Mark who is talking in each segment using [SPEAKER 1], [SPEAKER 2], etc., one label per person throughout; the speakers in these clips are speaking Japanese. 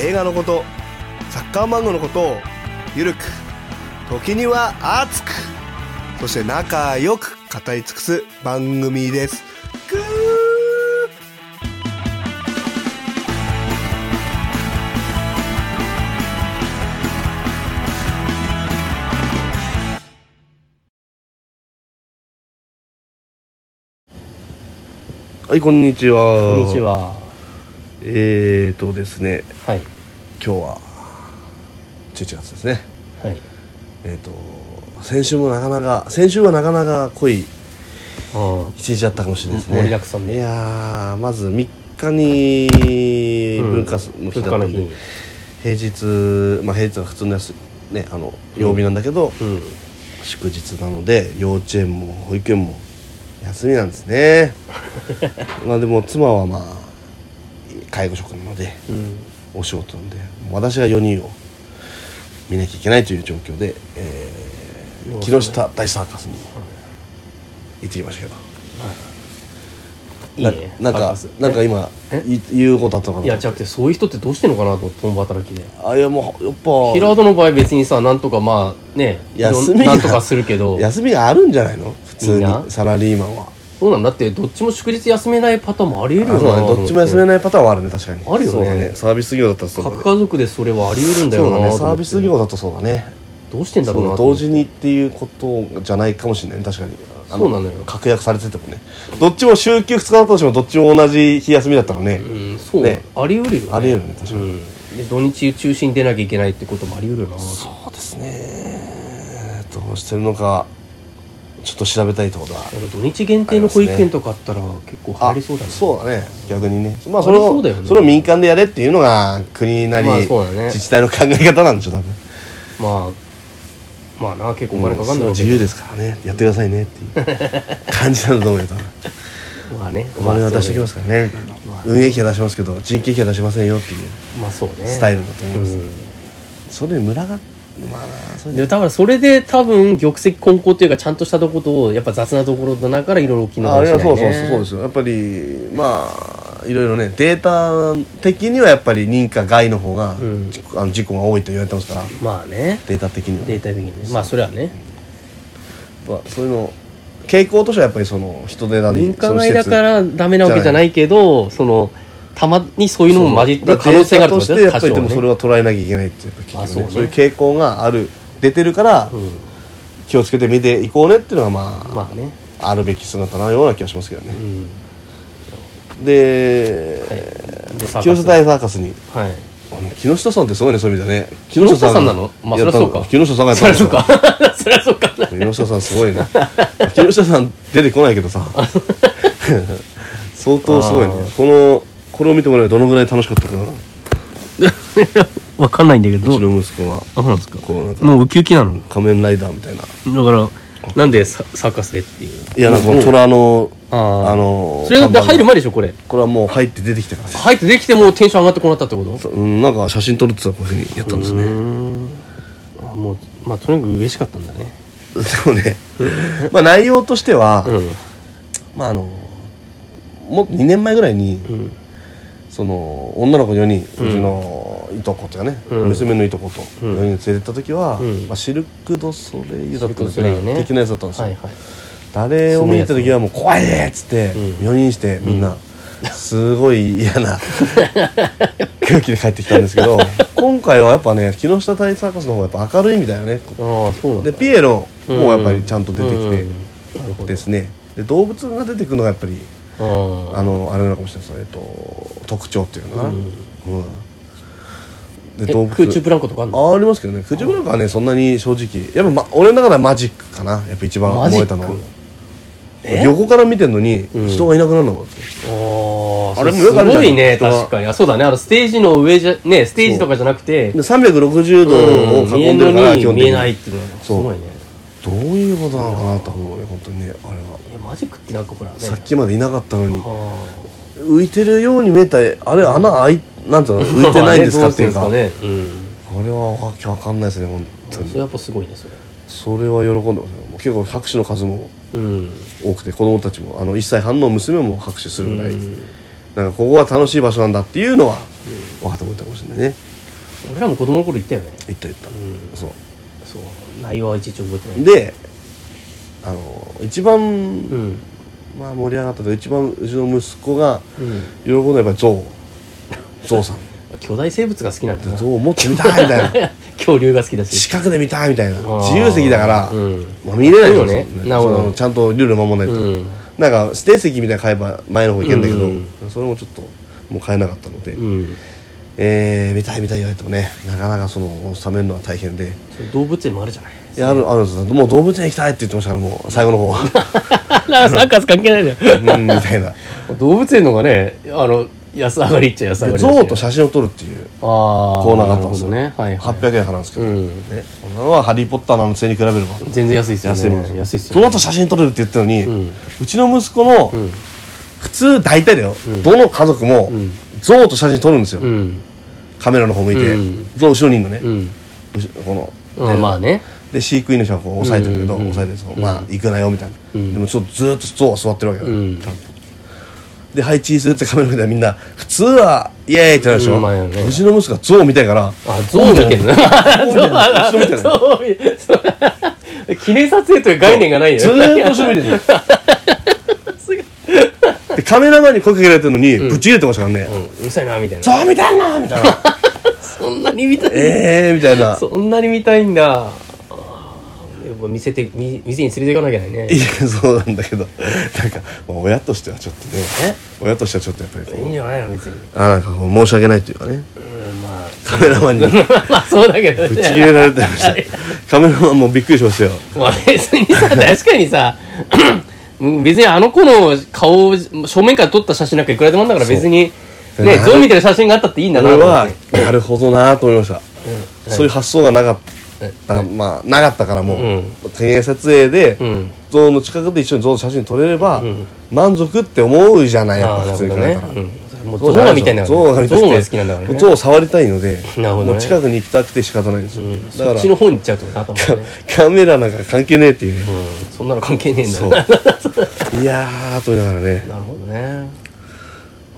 [SPEAKER 1] 映画のことサッカー漫画のことをゆるく時には熱くそして仲良く語り尽くす番組ですぐーはい、こんにちは。
[SPEAKER 2] こんにち。は。
[SPEAKER 1] えーとですね、
[SPEAKER 2] はい。
[SPEAKER 1] 今日は11月ですね
[SPEAKER 2] はい。
[SPEAKER 1] えっ、と先週もなかなか先週はなかなか濃い
[SPEAKER 2] あ
[SPEAKER 1] 一日だったかもしれないですね
[SPEAKER 2] 盛りだくさんで
[SPEAKER 1] いやーまず3日に
[SPEAKER 2] うん
[SPEAKER 1] 文化の日だったんで、
[SPEAKER 2] 文化の
[SPEAKER 1] 平日まあ平日は普通の休みねあの曜日なんだけど、
[SPEAKER 2] あ。うん。
[SPEAKER 1] 祝日なので幼稚園も保育園も休みなんです ねまあでも妻はまあ介護職なので
[SPEAKER 2] うん。
[SPEAKER 1] お仕事なんで私が4人を見なきゃいけないという状況で、えー木下大サーカスに行ってきましたけ
[SPEAKER 2] いい
[SPEAKER 1] ど、
[SPEAKER 2] ね。
[SPEAKER 1] ななん
[SPEAKER 2] サー
[SPEAKER 1] か
[SPEAKER 2] カス
[SPEAKER 1] なんか今
[SPEAKER 2] え
[SPEAKER 1] い言うことあったの
[SPEAKER 2] いや、
[SPEAKER 1] か
[SPEAKER 2] じゃなくて、そういう人ってどうしてんのかなと思って、共働きで。
[SPEAKER 1] なあいやもうやっ
[SPEAKER 2] ヒ
[SPEAKER 1] ぱ
[SPEAKER 2] ラードの場合別にさ、なんとかまあ、ね、
[SPEAKER 1] 休み
[SPEAKER 2] いろ
[SPEAKER 1] が
[SPEAKER 2] んなんとかするけど、
[SPEAKER 1] 休みがあるんじゃないの普通
[SPEAKER 2] みんな
[SPEAKER 1] にサラリーマンは
[SPEAKER 2] そうなんだって、どっちも祝日休めないパターンもあり
[SPEAKER 1] あ
[SPEAKER 2] 得る
[SPEAKER 1] そう
[SPEAKER 2] よ
[SPEAKER 1] だね
[SPEAKER 2] な。
[SPEAKER 1] どっちも休めないパターンはあるね確かに
[SPEAKER 2] あるよね
[SPEAKER 1] そうだサービス業だったらそうだね
[SPEAKER 2] 各家族でそれはあり得るんだ
[SPEAKER 1] そ
[SPEAKER 2] よ
[SPEAKER 1] うだ
[SPEAKER 2] な。
[SPEAKER 1] ねサービス。業だとそうだね
[SPEAKER 2] どうしてんだ
[SPEAKER 1] そ
[SPEAKER 2] ろうな
[SPEAKER 1] の
[SPEAKER 2] と思
[SPEAKER 1] 同
[SPEAKER 2] って。
[SPEAKER 1] 時にっていうことじゃないかもしれないね確かにあ
[SPEAKER 2] そうなのよ
[SPEAKER 1] 確約されててもねどっちも週休2日だったとしてもどっちも同じ日休みだったらね、
[SPEAKER 2] うん、そう。
[SPEAKER 1] ね
[SPEAKER 2] あり得るよね。
[SPEAKER 1] あり得るね確かに
[SPEAKER 2] うん。で、土日中心に出なきゃいけないってこともあり得るよな。
[SPEAKER 1] そうですねどうしてるのかちょっと調べたいってことは
[SPEAKER 2] なんか土日限定の保育園とかあったら結構入りそうだね。
[SPEAKER 1] そうだね逆にねまあそれ
[SPEAKER 2] ありそ
[SPEAKER 1] を
[SPEAKER 2] うだよね
[SPEAKER 1] それを民間でやれっていうのが国なり、
[SPEAKER 2] まあそうだね
[SPEAKER 1] 自治体の考え方なんでしょ多分
[SPEAKER 2] まあ、まあな、結構お金かかんだろ
[SPEAKER 1] もう
[SPEAKER 2] う
[SPEAKER 1] 自
[SPEAKER 2] けど。
[SPEAKER 1] 由ですからねやってくださいねっていう感じなんだと思うよ多分
[SPEAKER 2] まあね。。
[SPEAKER 1] お金は出してきますすからね、
[SPEAKER 2] まあ
[SPEAKER 1] 運営費は出しますけど人件費は出しませんよっていう
[SPEAKER 2] まあそうね。
[SPEAKER 1] スタイルだと思います、
[SPEAKER 2] うん
[SPEAKER 1] それムラがまあなそれ
[SPEAKER 2] でもだからそれで多分玉石混交というかちゃんとしたところとやっぱ雑なところの中からいろいろ大きいの
[SPEAKER 1] あ
[SPEAKER 2] か
[SPEAKER 1] あ
[SPEAKER 2] も
[SPEAKER 1] れ
[SPEAKER 2] しれ
[SPEAKER 1] は
[SPEAKER 2] ない、
[SPEAKER 1] そ
[SPEAKER 2] ね、
[SPEAKER 1] うそうそうそうですよやっぱりまあいろいろねデータ的にはやっぱり認可外の方が、
[SPEAKER 2] ん
[SPEAKER 1] じあの事故が多いと言われてますから
[SPEAKER 2] まあね
[SPEAKER 1] データ的には
[SPEAKER 2] データ的にねまあそれはね
[SPEAKER 1] やっぱそういうの傾向としてはやっぱりその人手だり
[SPEAKER 2] 民間外だ
[SPEAKER 1] その施設
[SPEAKER 2] からダメなわけじゃないけどそのたまにそういうのも混じって
[SPEAKER 1] そう
[SPEAKER 2] る可能性がある
[SPEAKER 1] データとして
[SPEAKER 2] ってことで
[SPEAKER 1] やっぱ
[SPEAKER 2] す多少
[SPEAKER 1] りでもそれ
[SPEAKER 2] ね
[SPEAKER 1] は捉えなきゃいけないってやっぱ
[SPEAKER 2] あ
[SPEAKER 1] 結
[SPEAKER 2] そう
[SPEAKER 1] 局、
[SPEAKER 2] ね
[SPEAKER 1] ね、そういう傾向がある出てるから、
[SPEAKER 2] うん
[SPEAKER 1] 気をつけて見ていこうねっていうのはまあ、
[SPEAKER 2] まあね
[SPEAKER 1] あるべき姿なような気がしますけど
[SPEAKER 2] う
[SPEAKER 1] ね、
[SPEAKER 2] ん
[SPEAKER 1] で、
[SPEAKER 2] でサーカス
[SPEAKER 1] 清瀬大サーカスに
[SPEAKER 2] はい
[SPEAKER 1] あの木下さんってすごいねそういう意味でね木
[SPEAKER 2] 木下さんなのまあそりゃそうか
[SPEAKER 1] 木下さんがやっ
[SPEAKER 2] そ
[SPEAKER 1] た
[SPEAKER 2] り
[SPEAKER 1] ん
[SPEAKER 2] ゃ
[SPEAKER 1] です
[SPEAKER 2] そう
[SPEAKER 1] よ
[SPEAKER 2] かそりゃそうかな
[SPEAKER 1] 木下さんすごいね木下さん出てこないけどさ相当すごいね
[SPEAKER 2] あ
[SPEAKER 1] このこれを見てもらえばどのぐらい楽しかったかなう
[SPEAKER 2] わかんないんだけ
[SPEAKER 1] ちの息子は
[SPEAKER 2] あそうなんですか
[SPEAKER 1] こうなんか
[SPEAKER 2] もうウキウキなの
[SPEAKER 1] 仮面ライダーみたいな
[SPEAKER 2] だからなんでササーカスでっていう
[SPEAKER 1] いやなんかこの虎の
[SPEAKER 2] あー
[SPEAKER 1] あの
[SPEAKER 2] それ
[SPEAKER 1] 看板が
[SPEAKER 2] 入る前でしょこれ
[SPEAKER 1] これはもう入って出てきたから
[SPEAKER 2] 入ってできてもうテンション上がってこなったってこと
[SPEAKER 1] うんなんか写真撮るってさこういうふうにやったんですね
[SPEAKER 2] あもうまあとにかく嬉しかったんだね
[SPEAKER 1] でもねまあ内容としては、
[SPEAKER 2] うん
[SPEAKER 1] まああのもう2年前ぐらいに、
[SPEAKER 2] うん
[SPEAKER 1] その女の子4人うちのいとことかね、
[SPEAKER 2] うん
[SPEAKER 1] 娘のいとこと4
[SPEAKER 2] うん
[SPEAKER 1] 人連れてった時は、
[SPEAKER 2] うん
[SPEAKER 1] まあ、シルク・ドゥ・ソレイユだったんです
[SPEAKER 2] シルクドゥソレイユね
[SPEAKER 1] 的なやつだったんですよ、
[SPEAKER 2] はいはい
[SPEAKER 1] 誰を見に行った時はもう怖いねっつって、
[SPEAKER 2] うん
[SPEAKER 1] 4人してみん な、すごい嫌な空気で帰ってきたんですけど今回はやっぱね木下大サーカスの方がやっぱ明るいみたいなね
[SPEAKER 2] ああそうなんだ
[SPEAKER 1] でピエロ
[SPEAKER 2] うん
[SPEAKER 1] もやっぱりちゃんと出てきて、
[SPEAKER 2] うんなるほど
[SPEAKER 1] ですねで動物が出てくるのがやっぱり
[SPEAKER 2] あ
[SPEAKER 1] あのあれなのかもしれないですえっと特徴っていうのかな、
[SPEAKER 2] う
[SPEAKER 1] うんん
[SPEAKER 2] あ
[SPEAKER 1] で動物
[SPEAKER 2] 空中ブランコとかあんの
[SPEAKER 1] あありますけどね空中ブランコはねそんなに正直やっぱ、ま、俺の中ではマジックかなやっぱ一番
[SPEAKER 2] マジ
[SPEAKER 1] 思
[SPEAKER 2] ッ
[SPEAKER 1] え
[SPEAKER 2] ク
[SPEAKER 1] たのは
[SPEAKER 2] え
[SPEAKER 1] 横から見てんのに
[SPEAKER 2] ん
[SPEAKER 1] 人がいなくなるのかって、
[SPEAKER 2] おー
[SPEAKER 1] あれも
[SPEAKER 2] す
[SPEAKER 1] よくあるじゃん
[SPEAKER 2] ごいね、
[SPEAKER 1] 人が
[SPEAKER 2] 確かに。あそうだね、あの、ステージの上じゃ、ね、ステージとかじゃなくて、
[SPEAKER 1] で360度を
[SPEAKER 2] うん見
[SPEAKER 1] 囲
[SPEAKER 2] え
[SPEAKER 1] ん
[SPEAKER 2] ん
[SPEAKER 1] で
[SPEAKER 2] の
[SPEAKER 1] るから、
[SPEAKER 2] に
[SPEAKER 1] 基本的
[SPEAKER 2] 見え
[SPEAKER 1] に
[SPEAKER 2] ないっていうのは、すごいね。
[SPEAKER 1] どういうことなのかなと思うよ本当にねあれはい
[SPEAKER 2] や、マジックってなんかほらね。
[SPEAKER 1] さっきまでいなかったのに
[SPEAKER 2] あ
[SPEAKER 1] 浮いてるように見えたあれ穴開いなんていうの
[SPEAKER 2] ー
[SPEAKER 1] 浮いてないんですかっていう
[SPEAKER 2] ど
[SPEAKER 1] か
[SPEAKER 2] うしてんですかね。うん。
[SPEAKER 1] これはわけわかんないですね本当
[SPEAKER 2] それ
[SPEAKER 1] に
[SPEAKER 2] やっぱすごいね、それ。
[SPEAKER 1] それは喜んでますねもう結構拍手の数も
[SPEAKER 2] うん。
[SPEAKER 1] 多くて子供たちもあの1歳半の娘も拍手するぐらい、
[SPEAKER 2] うん
[SPEAKER 1] なんかここは楽しい場所なんだっていうのは分かってもらえたかもしれないね
[SPEAKER 2] 俺らも子供の頃行ったよね。
[SPEAKER 1] 行った行った、
[SPEAKER 2] ん
[SPEAKER 1] そ
[SPEAKER 2] そう。内容はいちいち覚えてな
[SPEAKER 1] う
[SPEAKER 2] い。
[SPEAKER 1] であの一番、
[SPEAKER 2] うん。
[SPEAKER 1] まあ、盛り上がったと一番うちの息子が
[SPEAKER 2] うん。
[SPEAKER 1] 喜んだのはやっぱり象象さん
[SPEAKER 2] 巨大生物が好きなんだな。
[SPEAKER 1] 象を持ってみたいみたいな
[SPEAKER 2] 恐竜が好きだし。
[SPEAKER 1] 近くで見たいみたいな
[SPEAKER 2] ー
[SPEAKER 1] 自由席だから、
[SPEAKER 2] うん
[SPEAKER 1] まあ、見れない
[SPEAKER 2] そうよね
[SPEAKER 1] そう
[SPEAKER 2] なるほど
[SPEAKER 1] そのちゃんとルール守らないと、
[SPEAKER 2] うん。
[SPEAKER 1] なんか指定席みたいなの買えば前の方行けるんだけど、
[SPEAKER 2] うん
[SPEAKER 1] それもちょっともう買えなかったので、
[SPEAKER 2] うん。
[SPEAKER 1] えー、見たい見たい言われてもねなかなかその収めるのは大変で
[SPEAKER 2] それ動物園もあるじゃない。
[SPEAKER 1] いやあるあるんですよもう動物園行きたいって言ってましたからもう最後の 方
[SPEAKER 2] あサーカス関係ないじゃん。
[SPEAKER 1] うんみたい な
[SPEAKER 2] 動物園のがねあの安上がりっちゃ安上がりだし
[SPEAKER 1] 象と写真を撮るっていう
[SPEAKER 2] ああ
[SPEAKER 1] コーナーがあったんですよ、
[SPEAKER 2] ねはい、はい、
[SPEAKER 1] 800円払うんですけ
[SPEAKER 2] う
[SPEAKER 1] ど、ね
[SPEAKER 2] ん
[SPEAKER 1] こんなのは「ハリー・ポッター」のせいに比べれば
[SPEAKER 2] 全然安いですよね
[SPEAKER 1] 安いもんですよ
[SPEAKER 2] 安いっす
[SPEAKER 1] その
[SPEAKER 2] よね
[SPEAKER 1] 後写真撮れるって言ったのに、うんちの息子の、
[SPEAKER 2] ん
[SPEAKER 1] 普通大体だよ、どの家族も、
[SPEAKER 2] ん
[SPEAKER 1] 象と写真撮るんですよ、
[SPEAKER 2] うん
[SPEAKER 1] カメラの方向いて、
[SPEAKER 2] うん
[SPEAKER 1] 象後ろにいんのね、
[SPEAKER 2] うん、
[SPEAKER 1] うしこの
[SPEAKER 2] うんまあね
[SPEAKER 1] で飼育員の人がこう押さえてるけど、
[SPEAKER 2] うんうんうん
[SPEAKER 1] 押さえてるんですよまあ行くなよみたいな、
[SPEAKER 2] ん
[SPEAKER 1] でもちょっとずーっと象は座ってるわけだ、
[SPEAKER 2] うん
[SPEAKER 1] で「はいチーズ」ってカメラ見たらみんな普通はイエーイってなるでしょ、
[SPEAKER 2] う
[SPEAKER 1] うん
[SPEAKER 2] まあよね
[SPEAKER 1] ちの息子が象みたいから
[SPEAKER 2] あ象見てる
[SPEAKER 1] 象み
[SPEAKER 2] ね
[SPEAKER 1] たいな象みたいな
[SPEAKER 2] そういうそう記念撮影という概念がないよ
[SPEAKER 1] ずーっと後ろ見てる でカメラマンに声かけられてるのに、ぶち入れてましたからね
[SPEAKER 2] うんうるさいなみた
[SPEAKER 1] 「
[SPEAKER 2] いな
[SPEAKER 1] 象、みたいな!」みたいな
[SPEAKER 2] そんなに見たい
[SPEAKER 1] 「ええー」みたいな
[SPEAKER 2] そんなに見たいんだあーやっぱ見せてみ店に連れていかなきゃいけない
[SPEAKER 1] い
[SPEAKER 2] ね
[SPEAKER 1] やそうなんだけどなんか、まあ、親としてはちょっとね親としてはちょっとやっぱりこ
[SPEAKER 2] えいいん
[SPEAKER 1] う
[SPEAKER 2] じゃないの別に
[SPEAKER 1] あなんかこう申し訳ないというかね
[SPEAKER 2] うんまあ
[SPEAKER 1] カメラマンに
[SPEAKER 2] まあそうだけどね
[SPEAKER 1] ぶち切れられてましたカメラマンもびっくりしましたよ
[SPEAKER 2] まあ別にさ、確かにさ、うん別にあの子の顔を正面から撮った写真なんかいくらでもあんだから別に、
[SPEAKER 1] う
[SPEAKER 2] ね、
[SPEAKER 1] うん
[SPEAKER 2] ゾウみたいな写真があったっていいんだな
[SPEAKER 1] 俺
[SPEAKER 2] と思
[SPEAKER 1] は
[SPEAKER 2] って。
[SPEAKER 1] なるほどなと思いました
[SPEAKER 2] うん
[SPEAKER 1] そういう発想がなかったまあなかったからも
[SPEAKER 2] う
[SPEAKER 1] う転影撮影で
[SPEAKER 2] うん
[SPEAKER 1] 像の近くで一緒に像の写真撮れれば
[SPEAKER 2] ん
[SPEAKER 1] 満足って思うじゃないやっ
[SPEAKER 2] ああ、
[SPEAKER 1] ぱ
[SPEAKER 2] な
[SPEAKER 1] 普
[SPEAKER 2] る
[SPEAKER 1] 通
[SPEAKER 2] ほ
[SPEAKER 1] に考え
[SPEAKER 2] どね
[SPEAKER 1] たら。
[SPEAKER 2] うんもうゾウが見たいんだからね。
[SPEAKER 1] 象が見たく
[SPEAKER 2] ゾウ
[SPEAKER 1] て
[SPEAKER 2] が好きなんだからね。
[SPEAKER 1] 象を触りたいので
[SPEAKER 2] なるほど
[SPEAKER 1] も
[SPEAKER 2] ね
[SPEAKER 1] う近くに行きたくて仕方ないんですよだ
[SPEAKER 2] そ
[SPEAKER 1] か
[SPEAKER 2] っ
[SPEAKER 1] ら
[SPEAKER 2] ちの方に行っちゃうってことだと思うね。
[SPEAKER 1] カメラなんか関係ねえっていうね
[SPEAKER 2] うん、そんなの関係ねえんだ
[SPEAKER 1] そういやーと言いながらね
[SPEAKER 2] なるほどね。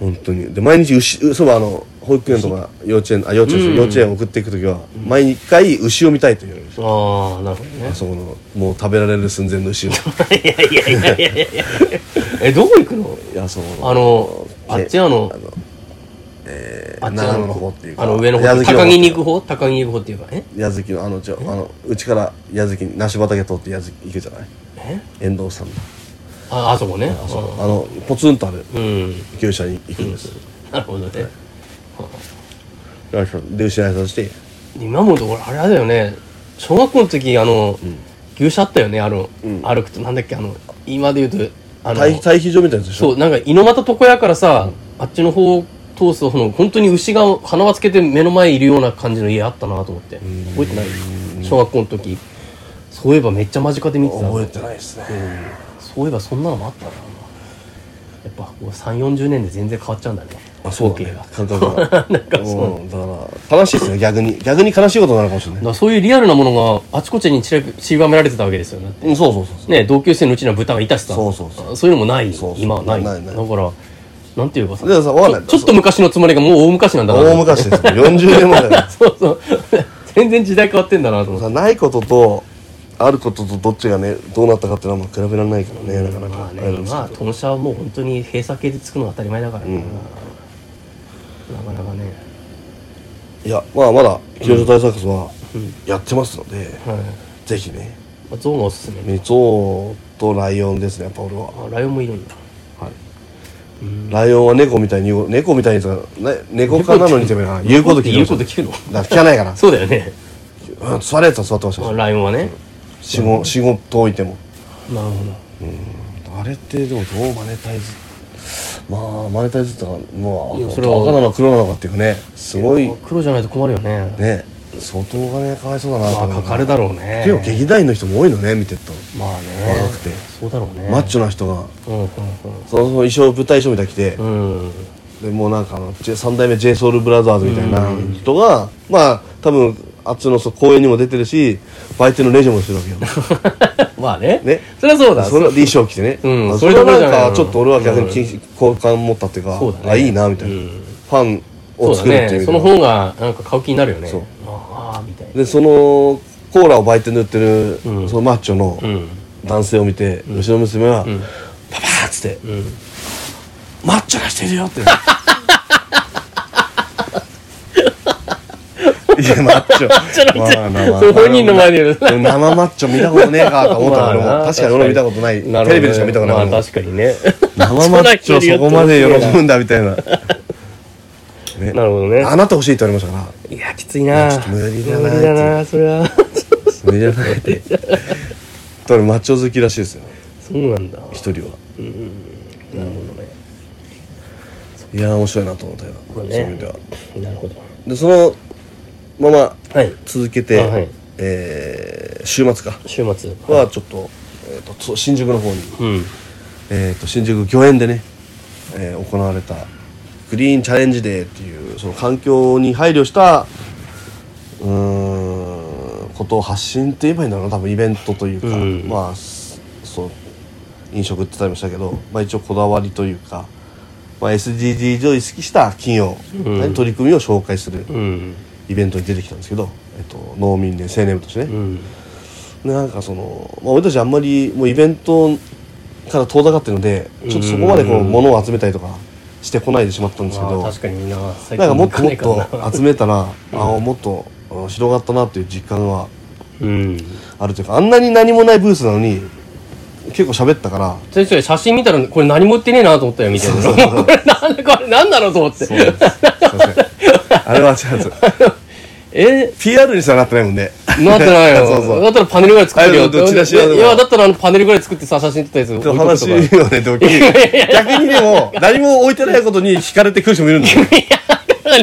[SPEAKER 1] 本当にで毎日牛そうあの保育園とか幼稚園あ幼稚園ですよ、幼稚園送っていく時は毎回牛を見たいという、
[SPEAKER 2] ああ、なるほどね
[SPEAKER 1] あ。そこのもう食べられる寸前の 牛を
[SPEAKER 2] いやいやいやいやいやいやえ、どこ行くの
[SPEAKER 1] いやその
[SPEAKER 2] あの、あっちあの、
[SPEAKER 1] えー
[SPEAKER 2] あっち
[SPEAKER 1] 長野の方っていうか
[SPEAKER 2] あの上の
[SPEAKER 1] 矢
[SPEAKER 2] 方、
[SPEAKER 1] 月
[SPEAKER 2] 高木に行く方高木に行く方っていうか、え
[SPEAKER 1] 矢月のあのちょあのうちから矢月に梨畑通って矢月行くじゃない
[SPEAKER 2] え
[SPEAKER 1] 遠藤さんの
[SPEAKER 2] あ、あそこね。あ
[SPEAKER 1] そうあのポツンとある
[SPEAKER 2] うん。
[SPEAKER 1] 牛舎に行くんです、
[SPEAKER 2] なるほどね。
[SPEAKER 1] よいしょで牛の挨拶して
[SPEAKER 2] 今も俺あれだよね。小学校の時あの、牛舎あったよね。あの、
[SPEAKER 1] うん
[SPEAKER 2] 歩くとなんだっけあの今で言うとあの
[SPEAKER 1] 堆堆肥場みたいなやつでしょ
[SPEAKER 2] そうなんか猪俣床屋からさ、あっちの方を通すとその本当に牛が鼻輪つけて目の前にいるような感じの家あったなと思って覚えてない小学校の時そういえばめっちゃ間近で見てた
[SPEAKER 1] 覚えてないですね、
[SPEAKER 2] そういえばそんなのもあったなやっぱこう3 4 0年で全然変わっちゃうんだね
[SPEAKER 1] あそうだ
[SPEAKER 2] 風景
[SPEAKER 1] ね
[SPEAKER 2] が
[SPEAKER 1] 感覚が
[SPEAKER 2] なんかそう
[SPEAKER 1] うんだから悲しいですね逆に逆に悲しいことになるかもしれない
[SPEAKER 2] だからそういうリアルなものがあちこちに散らく散りばめられてたわけですよね。
[SPEAKER 1] うんそうそうそうそう
[SPEAKER 2] ね同級生のうちの豚がいたしさ
[SPEAKER 1] そうそうそう
[SPEAKER 2] あそういうのもない
[SPEAKER 1] そうそう
[SPEAKER 2] 今はない
[SPEAKER 1] ないない
[SPEAKER 2] だからなんていうかさ
[SPEAKER 1] でもさわかんない
[SPEAKER 2] ちょちょっと昔のつもりがもう大昔なんだな
[SPEAKER 1] 大昔ですよ40年前だか
[SPEAKER 2] そうそう 全然時代変わってんだなと
[SPEAKER 1] ら
[SPEAKER 2] 思っ
[SPEAKER 1] さないこととあることとどっちがねどうなったかっていうのはもう比べられないからねな
[SPEAKER 2] て
[SPEAKER 1] かな
[SPEAKER 2] ま
[SPEAKER 1] かあ
[SPEAKER 2] あ
[SPEAKER 1] れなん
[SPEAKER 2] ね
[SPEAKER 1] です
[SPEAKER 2] まあ豚舎はもう本当に閉鎖系でつくのが当たり前だからな、なかなかね、
[SPEAKER 1] いやまあまだ救助対策はやってますので、
[SPEAKER 2] はい
[SPEAKER 1] ぜひね
[SPEAKER 2] まあ、ゾウがおすすめ
[SPEAKER 1] ミツオとライオンですねやっぱ俺は、
[SPEAKER 2] あライオンもいるんだ
[SPEAKER 1] ライオンは猫みたいに言う猫みたいにとか、ね、猫科なのにてめえな言うこと聞いて
[SPEAKER 2] 言う
[SPEAKER 1] ま
[SPEAKER 2] こ
[SPEAKER 1] した
[SPEAKER 2] と聞くの
[SPEAKER 1] だから聞かないから
[SPEAKER 2] そうだよね、
[SPEAKER 1] うん座れやつは座ってました
[SPEAKER 2] まあ、ライオンはね
[SPEAKER 1] し45頭いても
[SPEAKER 2] なるほど
[SPEAKER 1] ああれってでもどうマネタイズまあマネタイズとかも
[SPEAKER 2] いうや
[SPEAKER 1] 赤
[SPEAKER 2] それ
[SPEAKER 1] な
[SPEAKER 2] は
[SPEAKER 1] のか黒なのかっていうねすごい
[SPEAKER 2] 黒じゃないと困るよね
[SPEAKER 1] ね相当お金かわいそうだなと
[SPEAKER 2] まあ
[SPEAKER 1] 思う
[SPEAKER 2] かかるだろうね
[SPEAKER 1] 結構劇団員の人も多いのね見てると、
[SPEAKER 2] まあね
[SPEAKER 1] 若くて
[SPEAKER 2] そうだろうね
[SPEAKER 1] マッチョな人が
[SPEAKER 2] うんうん
[SPEAKER 1] そのその衣装舞台衣装みたいに来て、
[SPEAKER 2] うんうん
[SPEAKER 1] でもうなんかあのジェ三代目 j s o u l b r o t h e r s みたいな人が、まあ多分あっちのそう公演にも出てるし売店のレジもしてるわけよ
[SPEAKER 2] まあね
[SPEAKER 1] ね
[SPEAKER 2] そりゃそうだ
[SPEAKER 1] それで衣装着てね、
[SPEAKER 2] うん
[SPEAKER 1] まあ
[SPEAKER 2] そ
[SPEAKER 1] そ
[SPEAKER 2] れ
[SPEAKER 1] れ
[SPEAKER 2] ど
[SPEAKER 1] が
[SPEAKER 2] ころじゃない
[SPEAKER 1] なんかちょっと俺は逆に禁止好感持ったっていうか、
[SPEAKER 2] そうだね
[SPEAKER 1] あいいなみたいな、
[SPEAKER 2] うん
[SPEAKER 1] ファン
[SPEAKER 2] そ
[SPEAKER 1] を
[SPEAKER 2] うだ
[SPEAKER 1] 作るっていう
[SPEAKER 2] ね
[SPEAKER 1] 意味
[SPEAKER 2] そ
[SPEAKER 1] で
[SPEAKER 2] の
[SPEAKER 1] は
[SPEAKER 2] 方がなんか買う気になるよね
[SPEAKER 1] そう
[SPEAKER 2] ああみたいな
[SPEAKER 1] でそのコーラを売店で売ってる、
[SPEAKER 2] うん
[SPEAKER 1] そのマッチョの
[SPEAKER 2] うん
[SPEAKER 1] 男性を見て、うちの娘は、
[SPEAKER 2] ん
[SPEAKER 1] パパーっつって、
[SPEAKER 2] うん
[SPEAKER 1] マッチョがしてるよって。いや、マッチョ。マッチ
[SPEAKER 2] ョなんてそう本人の前で言うと
[SPEAKER 1] 生マッチョ見たことねえかと思った俺も。
[SPEAKER 2] まあな
[SPEAKER 1] 確かに俺も見たことない。
[SPEAKER 2] なるほどね
[SPEAKER 1] テレビでしか見たことない。
[SPEAKER 2] まあ確かにね
[SPEAKER 1] 生マッチョそこまで喜ぶんだみた いな。ね
[SPEAKER 2] なるほどね
[SPEAKER 1] あなた 欲しいって言われましたか
[SPEAKER 2] いやきついな
[SPEAKER 1] ちょっと無理だな
[SPEAKER 2] 無理だなそれは
[SPEAKER 1] ら。無理じゃないって。だからマッチョ好きらしいですよ。
[SPEAKER 2] そうなんだ
[SPEAKER 1] 一人は。いやー、面白いなと思ったよ。そういう意味では。
[SPEAKER 2] なるほど
[SPEAKER 1] で、そのまま
[SPEAKER 2] はい
[SPEAKER 1] 続けて、
[SPEAKER 2] あはい
[SPEAKER 1] えー週末か
[SPEAKER 2] 週末
[SPEAKER 1] はちょっと,、えーとそう新宿の方に、
[SPEAKER 2] うん
[SPEAKER 1] えー、と新宿御苑でね、えー行われたグリーンチャレンジデーっていうその環境に配慮したうーんことを発信って言えばいいんだろうな多分イベントというか、
[SPEAKER 2] うん
[SPEAKER 1] まあすそう飲食って言ったりもしたけど、まあ、一応こだわりというか、まあ、SDGs を意識した企業、
[SPEAKER 2] うん
[SPEAKER 1] 取り組みを紹介する
[SPEAKER 2] うん
[SPEAKER 1] イベントに出てきたんですけど、えっと、農民で青年部としてね、
[SPEAKER 2] うん
[SPEAKER 1] でなんかその、まあ、俺たちあんまりもうイベントから遠ざかってるのでちょっとそこまでこの
[SPEAKER 2] うん
[SPEAKER 1] 物を集めたりとかしてこないでしまったんですけ
[SPEAKER 2] まあ
[SPEAKER 1] ど
[SPEAKER 2] 確かにみんな最
[SPEAKER 1] なんかもっともっ
[SPEAKER 2] 行 かないから
[SPEAKER 1] と集めたら、ああもっとあ広がったなっていう実感は
[SPEAKER 2] なうん
[SPEAKER 1] あるというかあんなに何もないブースなのに結構喋った から
[SPEAKER 2] ちょいちょい写真見たらこれ何も売ってねえなと思ったよみたいな
[SPEAKER 1] そうそうそう
[SPEAKER 2] これなんだこれなんだろうと思って
[SPEAKER 1] そうですすいませんあれは違うんですよ
[SPEAKER 2] え
[SPEAKER 1] PR にしかなってないもんね
[SPEAKER 2] なってない よ
[SPEAKER 1] そうそう
[SPEAKER 2] だったらパネルぐらい作って
[SPEAKER 1] あ
[SPEAKER 2] よ
[SPEAKER 1] そうそうチラシはでも
[SPEAKER 2] いやだったらあのパネルぐらい作ってさ写真撮ったやつ置い
[SPEAKER 1] ちょ
[SPEAKER 2] と
[SPEAKER 1] っ
[SPEAKER 2] く
[SPEAKER 1] と
[SPEAKER 2] とか
[SPEAKER 1] 話をね、同期逆にでも、何も置いてないことに惹かれてくる人もいるんだよ。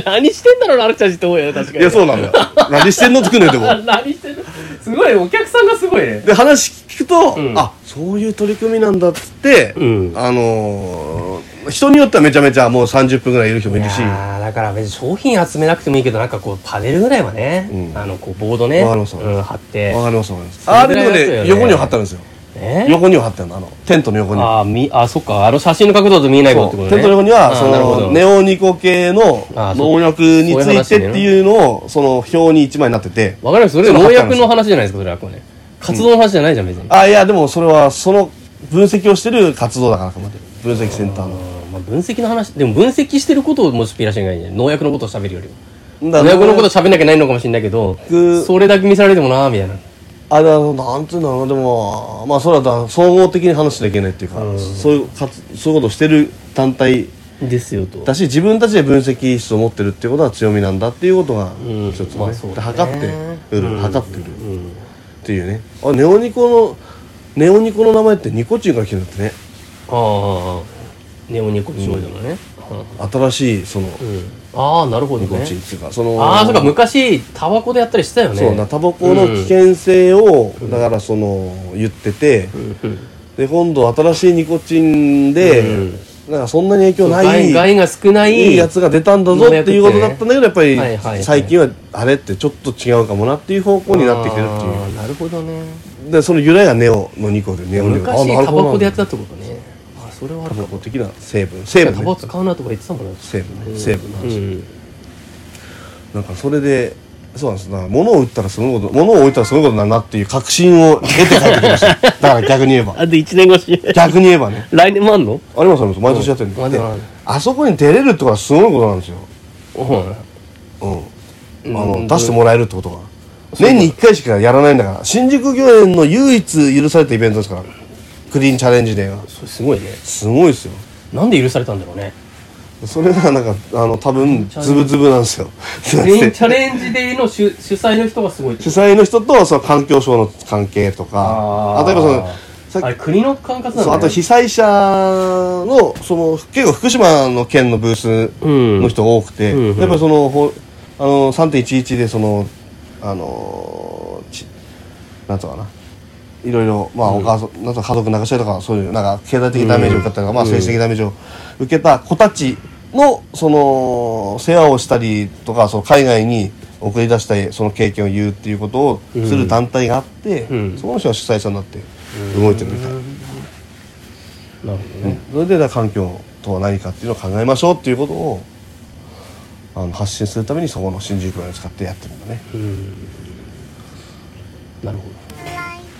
[SPEAKER 2] 何してんだろうなあるちゃんちって思うよね確か
[SPEAKER 1] い
[SPEAKER 2] に
[SPEAKER 1] や、そうなんだよ。何してんの作んねんでも。
[SPEAKER 2] 何してんのすごいお客さんがすごいね
[SPEAKER 1] で、話聞くと、
[SPEAKER 2] ん
[SPEAKER 1] あ、そういう取り組みなんだっつって、
[SPEAKER 2] うん
[SPEAKER 1] あのー人によってはめちゃめちゃもう30分ぐらいいる人もいるし、あ
[SPEAKER 2] だから別に商品集めなくてもいいけどなんかこうパネルぐらいはね、
[SPEAKER 1] うん
[SPEAKER 2] あのこうボードね、
[SPEAKER 1] わかりました
[SPEAKER 2] うん、貼って、
[SPEAKER 1] わかりますわかります。
[SPEAKER 2] そ
[SPEAKER 1] あ
[SPEAKER 2] れぐ
[SPEAKER 1] れ
[SPEAKER 2] ら
[SPEAKER 1] でも
[SPEAKER 2] いですよね
[SPEAKER 1] ね、横には貼ったんですよ。
[SPEAKER 2] ね
[SPEAKER 1] 横には貼ったの、あの、テントの横に。
[SPEAKER 2] あーみあそっかあの写真の角度だと見えないこと
[SPEAKER 1] そ
[SPEAKER 2] っ
[SPEAKER 1] う
[SPEAKER 2] て
[SPEAKER 1] テント
[SPEAKER 2] ことね
[SPEAKER 1] の横には、
[SPEAKER 2] あー
[SPEAKER 1] そ
[SPEAKER 2] なるほ
[SPEAKER 1] の、
[SPEAKER 2] ど
[SPEAKER 1] ネオニコ系の
[SPEAKER 2] あーそう
[SPEAKER 1] 農薬についてっていうのを、その表に一枚になってて、
[SPEAKER 2] わかりますそれ
[SPEAKER 1] それ貼
[SPEAKER 2] 農
[SPEAKER 1] ってあるんで
[SPEAKER 2] 薬
[SPEAKER 1] す
[SPEAKER 2] の話じゃないですかそれはこれ活動の話じゃないじゃん別に、あ
[SPEAKER 1] あいやでもそれはその分析をしてる活動だからあくまで分析センターの
[SPEAKER 2] ーまあ、分析の話でも分析してることをもうちょっといらっしゃいないんじゃない農薬のことを喋るよりも
[SPEAKER 1] だ
[SPEAKER 2] 農
[SPEAKER 1] から
[SPEAKER 2] 薬のことを喋んなきゃないのかもしれないけど
[SPEAKER 1] く
[SPEAKER 2] それだけ見せられてもなみたいな
[SPEAKER 1] あだからなんていうんだろうなでもまあそれはだ総合的に話しなきゃいけないっていうか、そういう活そういうことをしてる団体
[SPEAKER 2] ですよと
[SPEAKER 1] だし自分たちで分析室を持ってるっていうことは強みなんだっていうことが
[SPEAKER 2] ん
[SPEAKER 1] 一つね、
[SPEAKER 2] まあそうだね
[SPEAKER 1] 測って売る、
[SPEAKER 2] うん
[SPEAKER 1] 測って売る、っていうねあネオニコのネオニコの名前ってニコチンから来てるんだってね
[SPEAKER 2] ああああネオニコチノイドのね、
[SPEAKER 1] 新しいその、
[SPEAKER 2] うんああなるほど
[SPEAKER 1] ニコ
[SPEAKER 2] ね
[SPEAKER 1] チンっていうかその
[SPEAKER 2] ああそうか昔タバコでやったりしてたよね
[SPEAKER 1] そうなタバコの危険性を、だからその言ってて、
[SPEAKER 2] うん
[SPEAKER 1] で今度新しいニコチンで、
[SPEAKER 2] うん
[SPEAKER 1] なんかそんなに影響な
[SPEAKER 2] 害
[SPEAKER 1] い
[SPEAKER 2] 害が少ない
[SPEAKER 1] いいやつが出たんだぞっていうことだったんだけどやっぱり、
[SPEAKER 2] はいはいはい
[SPEAKER 1] 最近はあれってちょっと違うかもなっていう方向になってきてるって
[SPEAKER 2] あ
[SPEAKER 1] い
[SPEAKER 2] ーなるほどね
[SPEAKER 1] うでその由来がネオのニコでネオニコ
[SPEAKER 2] 昔
[SPEAKER 1] あなる
[SPEAKER 2] タ
[SPEAKER 1] ほど
[SPEAKER 2] バコでやってたってことねあそれは
[SPEAKER 1] タ
[SPEAKER 2] ある
[SPEAKER 1] バ
[SPEAKER 2] かも
[SPEAKER 1] コ的な成分成
[SPEAKER 2] タ
[SPEAKER 1] 分、
[SPEAKER 2] バコ
[SPEAKER 1] ね、
[SPEAKER 2] 使うなとか言ってたもんね
[SPEAKER 1] 成分ね成分の
[SPEAKER 2] う
[SPEAKER 1] 話、
[SPEAKER 2] ん
[SPEAKER 1] なんかそれでそうなんですだから物を売ったらそのこと物を置いたらそのことになるなっていう確信を得て帰ってきま しただから逆に言えば
[SPEAKER 2] あと1年越し
[SPEAKER 1] 逆に言えばね
[SPEAKER 2] 来年もあんの
[SPEAKER 1] ありますあります毎年やってるんで,
[SPEAKER 2] うん
[SPEAKER 1] で、
[SPEAKER 2] まだまだ
[SPEAKER 1] あそこに出れるってことはすごいことなんですよ、うんあの
[SPEAKER 2] うん
[SPEAKER 1] 出してもらえるってことが年に1回しかやらないんだから新宿御苑の唯一許されたイベントですからクリーンチャレンジデーが
[SPEAKER 2] それすごいね
[SPEAKER 1] すごいですよ
[SPEAKER 2] なんで許されたんだろ うね
[SPEAKER 1] それがなんかあの多分
[SPEAKER 2] チャレン
[SPEAKER 1] ズブズブなんですよすいま
[SPEAKER 2] 全
[SPEAKER 1] せ
[SPEAKER 2] 員
[SPEAKER 1] ん
[SPEAKER 2] チャレンジデーの主主催の人がすごい
[SPEAKER 1] 主催の人とその環境省の関係とか
[SPEAKER 2] あー
[SPEAKER 1] あ例えばその さっき
[SPEAKER 2] あれ国の管轄な
[SPEAKER 1] そうあ
[SPEAKER 2] の
[SPEAKER 1] と被災者のその結構福島の県のブースの人が多くて、
[SPEAKER 2] うんうん
[SPEAKER 1] やっぱりそのほあの3.11でそのあのちなんとかないろいろまあお母さん、なんとか家族亡くしたりとかそういうなんか経済的ダメージを受けたりとか、まあ
[SPEAKER 2] うん
[SPEAKER 1] 政治的ダメージを受けた子たちのその世話をしたりとかその海外に送り出したりその経験を言うっていうことをする団体があって、
[SPEAKER 2] うん
[SPEAKER 1] そこの人が主催者になって動いてるみたいな。
[SPEAKER 2] なるほどね。
[SPEAKER 1] それでだから環境とは何かっていうのを考えましょうっていうことをあの発信するためにそこの新宿を使ってやってるんだね
[SPEAKER 2] うん。なるほ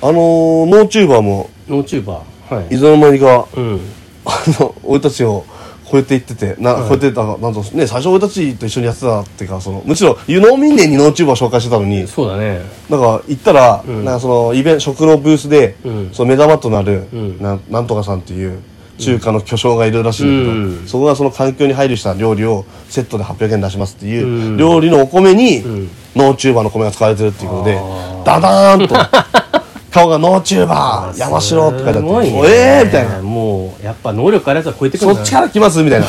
[SPEAKER 1] あのーノーチューバーも
[SPEAKER 2] ど。ノーチューバー。はい
[SPEAKER 1] い。つの間にか
[SPEAKER 2] うん。
[SPEAKER 1] あの俺たちを超えていっててな、
[SPEAKER 2] はい
[SPEAKER 1] 超えてたなんとね最初俺たちと一緒にやってたっていうかそのむしろ湯飲み年にノーチューバーを紹介してたのに
[SPEAKER 2] そうだね。
[SPEAKER 1] なんか行ったら、
[SPEAKER 2] ん
[SPEAKER 1] なんかそのイベン食のブースで、
[SPEAKER 2] うん
[SPEAKER 1] その目玉となる、
[SPEAKER 2] うん
[SPEAKER 1] なんなんとかさんっていう中華の巨匠がいるらしいんだけど、
[SPEAKER 2] うん
[SPEAKER 1] そこがその環境に配慮した料理をセットで800円出しますっていう、
[SPEAKER 2] うん
[SPEAKER 1] 料理のお米に、
[SPEAKER 2] ん
[SPEAKER 1] ノーチューバーの米が使われてるっていうことで
[SPEAKER 2] あー
[SPEAKER 1] ダダー ンと顔がノーチューバー山城って書いてあ
[SPEAKER 2] す
[SPEAKER 1] って
[SPEAKER 2] ごいね
[SPEAKER 1] おえーみたいな
[SPEAKER 2] もう、やっぱ能力あるやつは超えてくる
[SPEAKER 1] そ
[SPEAKER 2] んだ
[SPEAKER 1] っ
[SPEAKER 2] な
[SPEAKER 1] ちから来ますみたい な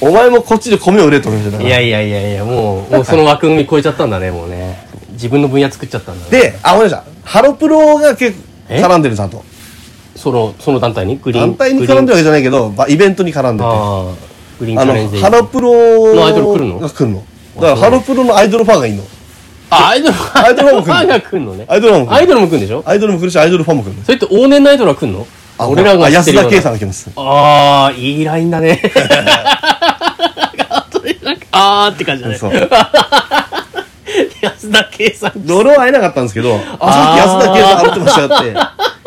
[SPEAKER 1] お前もこっちで米を売れとるみたいない
[SPEAKER 2] やいやいやいや、もう、もうその枠組み超えちゃったんだね、もうね。自分の分野作っちゃったんだね。
[SPEAKER 1] であごめんなさいハロプロが結構
[SPEAKER 2] え
[SPEAKER 1] 絡んでるちゃんと
[SPEAKER 2] その、その団体にグリーン。
[SPEAKER 1] 団体に絡んでるわけじゃないけどばイベントに絡んでて
[SPEAKER 2] ああ、グリーン
[SPEAKER 1] あ
[SPEAKER 2] チャ
[SPEAKER 1] の
[SPEAKER 2] レンジで。
[SPEAKER 1] ハロプロ
[SPEAKER 2] のアイドル来るの
[SPEAKER 1] が来るのだからハロプロのアイドルファンがいるの
[SPEAKER 2] あ、アイドル、
[SPEAKER 1] アイドルも来るの
[SPEAKER 2] ファンが来んのね。
[SPEAKER 1] アイドルも来る
[SPEAKER 2] アイドルも来んでしょ
[SPEAKER 1] アイドルも来るしアイドルファンも来るの
[SPEAKER 2] それって往年のアイドルは来んの
[SPEAKER 1] あ
[SPEAKER 2] 俺らが
[SPEAKER 1] あ
[SPEAKER 2] 知って
[SPEAKER 1] 安
[SPEAKER 2] るよう
[SPEAKER 1] 田
[SPEAKER 2] な
[SPEAKER 1] 圭さんが来ます
[SPEAKER 2] ああ、いいライン だね。あーって感じだね。
[SPEAKER 1] そう
[SPEAKER 2] 安田圭さん。
[SPEAKER 1] で俺は会えなかったんですけどあさっき安田圭さん歩いてましたよって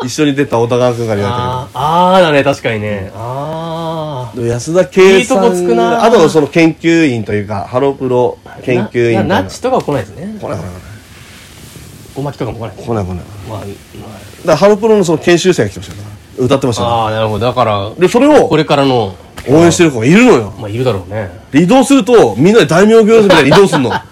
[SPEAKER 1] 一緒に出た小田川君から言わ
[SPEAKER 2] あーあーだね、確かにね。あ
[SPEAKER 1] れてるでも安田圭さん
[SPEAKER 2] いいとこつくな
[SPEAKER 1] あとその研究員というかハロプロ
[SPEAKER 2] あ。
[SPEAKER 1] 研究員みたい
[SPEAKER 2] な
[SPEAKER 1] な
[SPEAKER 2] ナッチとかは来ないですね。
[SPEAKER 1] 来ない来ない
[SPEAKER 2] ごまきとかも来ないですね。
[SPEAKER 1] 来ない来ない来ない
[SPEAKER 2] まあ、ま
[SPEAKER 1] だからハロプロのその研修生が来てましたよ歌ってましたよ
[SPEAKER 2] あ、あーなるほど。だから、
[SPEAKER 1] でそれを
[SPEAKER 2] これからの、
[SPEAKER 1] 応援してる子がいるのよ
[SPEAKER 2] まあ、いるだろうね。
[SPEAKER 1] で移動するとみんなで大名行列みたいに移動する のだか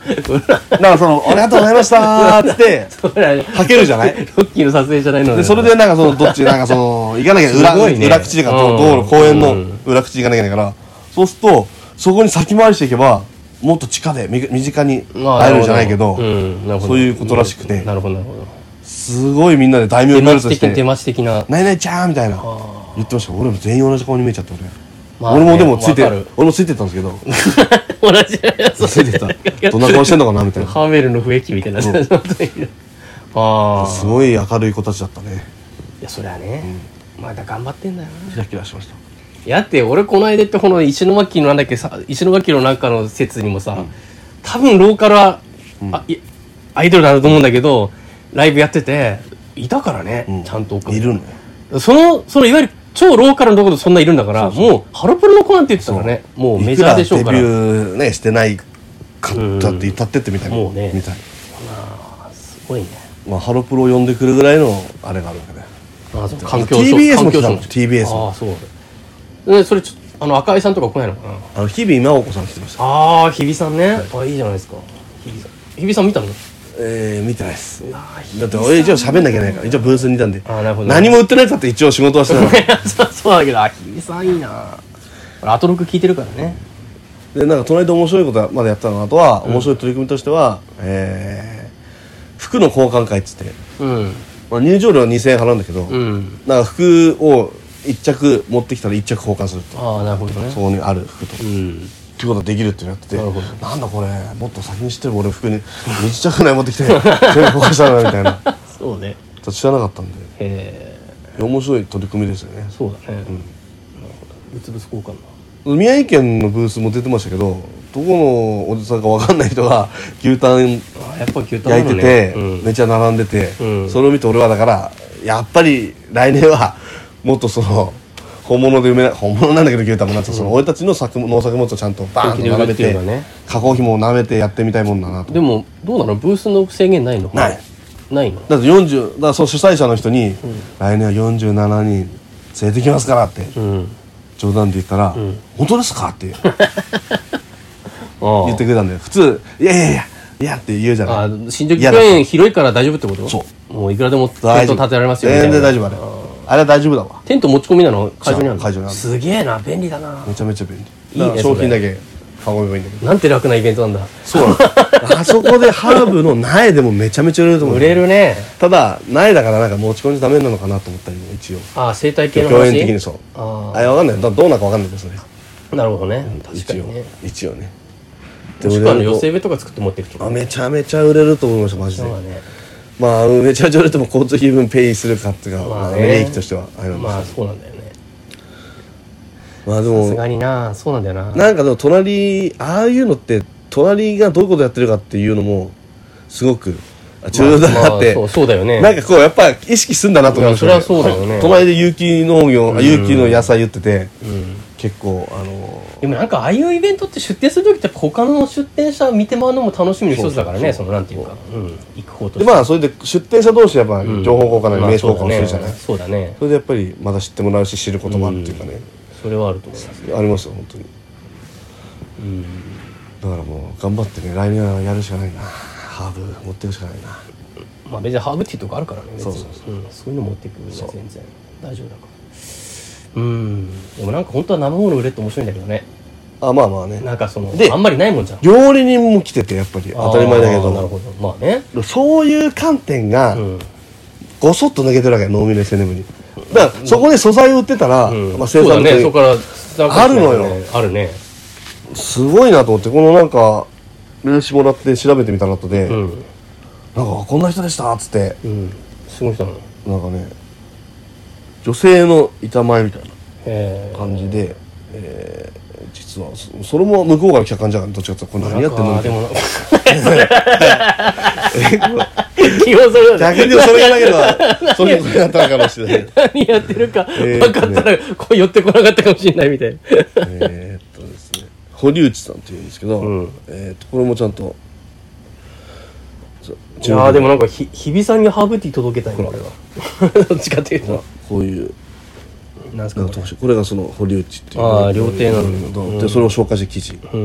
[SPEAKER 1] らその「ありがとうございました」っつって
[SPEAKER 2] それは
[SPEAKER 1] かけるじゃない
[SPEAKER 2] ロッキーの撮影じゃないの
[SPEAKER 1] でそれでなんかそのどっちなんかその行かなきゃ裏,、
[SPEAKER 2] すごいね
[SPEAKER 1] 裏口とか
[SPEAKER 2] うん
[SPEAKER 1] 道路公園の
[SPEAKER 2] うん
[SPEAKER 1] 裏口行かなきゃいけないからそうするとそこに先回りしていけばもっと地下でみ身近に会えるじゃないけど、
[SPEAKER 2] うん、なるほど
[SPEAKER 1] そういうことらしくて
[SPEAKER 2] なるほど、なるほど。
[SPEAKER 1] すごいみんなで大名
[SPEAKER 2] 手
[SPEAKER 1] 行
[SPEAKER 2] 待
[SPEAKER 1] 列
[SPEAKER 2] ち
[SPEAKER 1] し
[SPEAKER 2] 的、手
[SPEAKER 1] て
[SPEAKER 2] 待ち的 な
[SPEAKER 1] 「。ないないちゃん」みたいな
[SPEAKER 2] ー
[SPEAKER 1] 言ってました俺も全員同じ顔に見えちゃって俺、
[SPEAKER 2] まあね
[SPEAKER 1] 俺もでもついて
[SPEAKER 2] わかる
[SPEAKER 1] 俺もついてったんですけど
[SPEAKER 2] 同じやつ。
[SPEAKER 1] ついてったどんな顔してんのかなみ たいな
[SPEAKER 2] ハーメルの不液みた いな。ああ。
[SPEAKER 1] すごい明るい子たちだったね
[SPEAKER 2] いや、そりゃね。まだ頑張ってんだよな。
[SPEAKER 1] キラキラしました
[SPEAKER 2] いやだって、俺この間言ったこの石巻のなんだっけさ、石巻のなんかの説にもさ、多分ローカルは、あいアイドルなんだと思うんだけど、ライブやってて、いたからね、
[SPEAKER 1] うん
[SPEAKER 2] ちゃんと。
[SPEAKER 1] いるのよ
[SPEAKER 2] その、そのいわゆる超ローカルのところそんないるんだから、もう、ハロプロの子なんて言ってたからね、もうメジャーでしょう
[SPEAKER 1] いく
[SPEAKER 2] から
[SPEAKER 1] デビ
[SPEAKER 2] ら。
[SPEAKER 1] ューねしてないかったって歌ってってみたいな
[SPEAKER 2] もうね
[SPEAKER 1] みたい
[SPEAKER 2] すごいね。
[SPEAKER 1] まあハロプロを呼んでくるぐらいのあれがあるわけね
[SPEAKER 2] あそう環境省
[SPEAKER 1] TBS も来たの
[SPEAKER 2] 環境省
[SPEAKER 1] TBS も
[SPEAKER 2] ああそうでそれちょあの赤井さんとか来ないのかな
[SPEAKER 1] あの日々真央子さん来てました
[SPEAKER 2] ああ日比さんね、あいいじゃないですか日比さん日比さん 見たの
[SPEAKER 1] えー見てないですだ
[SPEAKER 2] あ
[SPEAKER 1] って俺一応喋んなきゃいけないから一応ブースにいたんで
[SPEAKER 2] あなるほど
[SPEAKER 1] 何も売ってないやつだって一応仕事はして たか
[SPEAKER 2] そうそうだけどあ日比さんいいな俺アトロック聞いてるからね
[SPEAKER 1] らでなんか隣で面白いことはまだやったのかあとは面白い取り組みとしてはえー服の交換会っつって
[SPEAKER 2] うん
[SPEAKER 1] まあ入場料は2000円払うんだけど
[SPEAKER 2] うん
[SPEAKER 1] なんか服を1着持ってきたら1着交換すると
[SPEAKER 2] ああなるほどね
[SPEAKER 1] そこにある服と
[SPEAKER 2] うん
[SPEAKER 1] ってことができるってなってて
[SPEAKER 2] な
[SPEAKER 1] な
[SPEAKER 2] るほど
[SPEAKER 1] んだこれもっと先に知ってる俺服に短くない持ってきて全部壊したなみたいな
[SPEAKER 2] そうね
[SPEAKER 1] 知らなかったんで
[SPEAKER 2] へえ
[SPEAKER 1] 面白い取り組みですよね
[SPEAKER 2] そうだね、なるほどうつぶす交換だ
[SPEAKER 1] 宮城県のブースも出てましたけどどこのおじさんか分かんない人が牛タン
[SPEAKER 2] あーやっぱ牛タン
[SPEAKER 1] 焼いてて、
[SPEAKER 2] うん、
[SPEAKER 1] めっちゃ並んでて、
[SPEAKER 2] うん
[SPEAKER 1] それを見て俺はだからやっぱり来年はもっとその本物で埋めな本物なんだけど牛タンもなんかその俺たちの作物農作物をちゃんとバーンと並べ
[SPEAKER 2] 本気で埋めてる
[SPEAKER 1] て、
[SPEAKER 2] のはね
[SPEAKER 1] 加工費も舐めてやってみたいもんだなと
[SPEAKER 2] でもどうなのブースの制限ないの
[SPEAKER 1] ない
[SPEAKER 2] ないの
[SPEAKER 1] だって40だからその主催者の人に、来年は47人連れてきますから」って
[SPEAKER 2] うん
[SPEAKER 1] 冗談で言ったら「
[SPEAKER 2] ん
[SPEAKER 1] 本当ですか?」って
[SPEAKER 2] ああ
[SPEAKER 1] 言ってくれたんで普通「いやいやいやいやって言うじゃない
[SPEAKER 2] あー新宿
[SPEAKER 1] いや
[SPEAKER 2] 御苑広いから大丈夫ってこと
[SPEAKER 1] そう
[SPEAKER 2] もういくらでもテ
[SPEAKER 1] 大
[SPEAKER 2] ン
[SPEAKER 1] 丈
[SPEAKER 2] ト
[SPEAKER 1] 夫
[SPEAKER 2] 建てられますよみたい
[SPEAKER 1] 全
[SPEAKER 2] な
[SPEAKER 1] 然大丈夫あれあれは大丈夫だわ
[SPEAKER 2] テント持ち込みなの会場にあるの
[SPEAKER 1] 会場にある
[SPEAKER 2] すげえな便利だな
[SPEAKER 1] めちゃめちゃ便利
[SPEAKER 2] いいね
[SPEAKER 1] だから商品だけ運べばいいんだけど
[SPEAKER 2] なんて楽なイベントなんだ
[SPEAKER 1] そう なのあそこでハーブの苗でもめちゃめちゃ売れると思う
[SPEAKER 2] 売れるね
[SPEAKER 1] ただ苗だからなんか持ち込んじゃダメなのかなと思ったりも一応
[SPEAKER 2] ああ生態系の話
[SPEAKER 1] 共演的にそう
[SPEAKER 2] あ
[SPEAKER 1] あれわかんないだどうなるかわかんないですね
[SPEAKER 2] あなるほどね確か
[SPEAKER 1] 一応
[SPEAKER 2] にね
[SPEAKER 1] 一応ね
[SPEAKER 2] もしくはあの寄せ
[SPEAKER 1] で
[SPEAKER 2] 植えとか作って持っていくと
[SPEAKER 1] あ
[SPEAKER 2] か
[SPEAKER 1] めちゃめちゃ売れると思いましたマジで
[SPEAKER 2] そうだね
[SPEAKER 1] まあめちゃめちゃ売れても交通費分ペイするかっていうか、ま
[SPEAKER 2] ま
[SPEAKER 1] あ
[SPEAKER 2] あ
[SPEAKER 1] 利
[SPEAKER 2] ね
[SPEAKER 1] 益としてはあれなんですけど
[SPEAKER 2] まあそうなんだよね
[SPEAKER 1] まあで
[SPEAKER 2] さすが
[SPEAKER 1] も
[SPEAKER 2] になそうなんだよな
[SPEAKER 1] なんかでも隣ああいうのって隣がどういうことやってるかっていうのもすごくあ重要だなって、
[SPEAKER 2] まあそうそうだよね
[SPEAKER 1] なんかこうやっぱ意識すんだなと思いましたね
[SPEAKER 2] いやそれはそうだよね
[SPEAKER 1] 隣で有機農業あ有機の野菜言ってて、結構あの
[SPEAKER 2] でもなんかああいうイベントって出店する時って他の出店者見て回るのも楽しみの一つだからねそのなんていうかうん行く方と
[SPEAKER 1] で
[SPEAKER 2] して
[SPEAKER 1] まあそれで出店者同士やっぱ
[SPEAKER 2] うん
[SPEAKER 1] 情報交換なり
[SPEAKER 2] まあ
[SPEAKER 1] 名刺交換をするじゃない、そ
[SPEAKER 2] そうだねそ
[SPEAKER 1] れ
[SPEAKER 2] うだね
[SPEAKER 1] でやっぱりまた知ってもらうし知ることもあるっていうかね、
[SPEAKER 2] それはあると思います
[SPEAKER 1] ありますよ本当に
[SPEAKER 2] うん
[SPEAKER 1] だからもう頑張ってね来年はやるしかないなハーブ持っていくしかないな
[SPEAKER 2] まあ別にハーブティーとかあるからね別に
[SPEAKER 1] そうそうそ
[SPEAKER 2] んそういうの持ってくるね全然大丈夫だからうんでもなんか本当は生もの売れって面白いんだけどね
[SPEAKER 1] あまあまあね
[SPEAKER 2] なんかその
[SPEAKER 1] で
[SPEAKER 2] あんまりないもんじゃん
[SPEAKER 1] 料理人も来ててやっぱり当たり前だけ
[SPEAKER 2] あ
[SPEAKER 1] ど
[SPEAKER 2] ーなるほどまあね
[SPEAKER 1] そういう観点が
[SPEAKER 2] うん
[SPEAKER 1] ごそっと抜けてるわけノーミル SNM にだからそこで素材を売ってたら、
[SPEAKER 2] うん
[SPEAKER 1] まあ、生
[SPEAKER 2] そうだ
[SPEAKER 1] 産と
[SPEAKER 2] ね
[SPEAKER 1] い
[SPEAKER 2] そうこからスタート
[SPEAKER 1] あるのよ
[SPEAKER 2] しないとねあるね
[SPEAKER 1] すごいなと思ってこのなんか名刺もらって調べてみたら後で、
[SPEAKER 2] う
[SPEAKER 1] なんか
[SPEAKER 2] ん
[SPEAKER 1] こんな人でしたっつって
[SPEAKER 2] うんすごい人なのへ
[SPEAKER 1] なんかね女性の板前みたいな
[SPEAKER 2] え
[SPEAKER 1] 感じで、えー実はそそれも向こうから来た感じだからどっちかっていうとこれ何やってんのみたいな
[SPEAKER 2] でも 気をそれだね
[SPEAKER 1] 逆にそれがなければそういうことになったのかもしれない
[SPEAKER 2] 何やってるか
[SPEAKER 1] えー
[SPEAKER 2] 分かったらこう寄ってこなかったかもしれないみたいな
[SPEAKER 1] えーっとですね堀内さんっていうんですけど、
[SPEAKER 2] うん
[SPEAKER 1] えーっとこれもちゃんと
[SPEAKER 2] いやーでも なんかひ日比さんにハーブティー届けたいな俺はどっちかっていうと
[SPEAKER 1] こういう
[SPEAKER 2] なんす
[SPEAKER 1] なんか特集これがその堀内っていう
[SPEAKER 2] あー料亭なのに
[SPEAKER 1] のでそれを紹介して記事
[SPEAKER 2] うー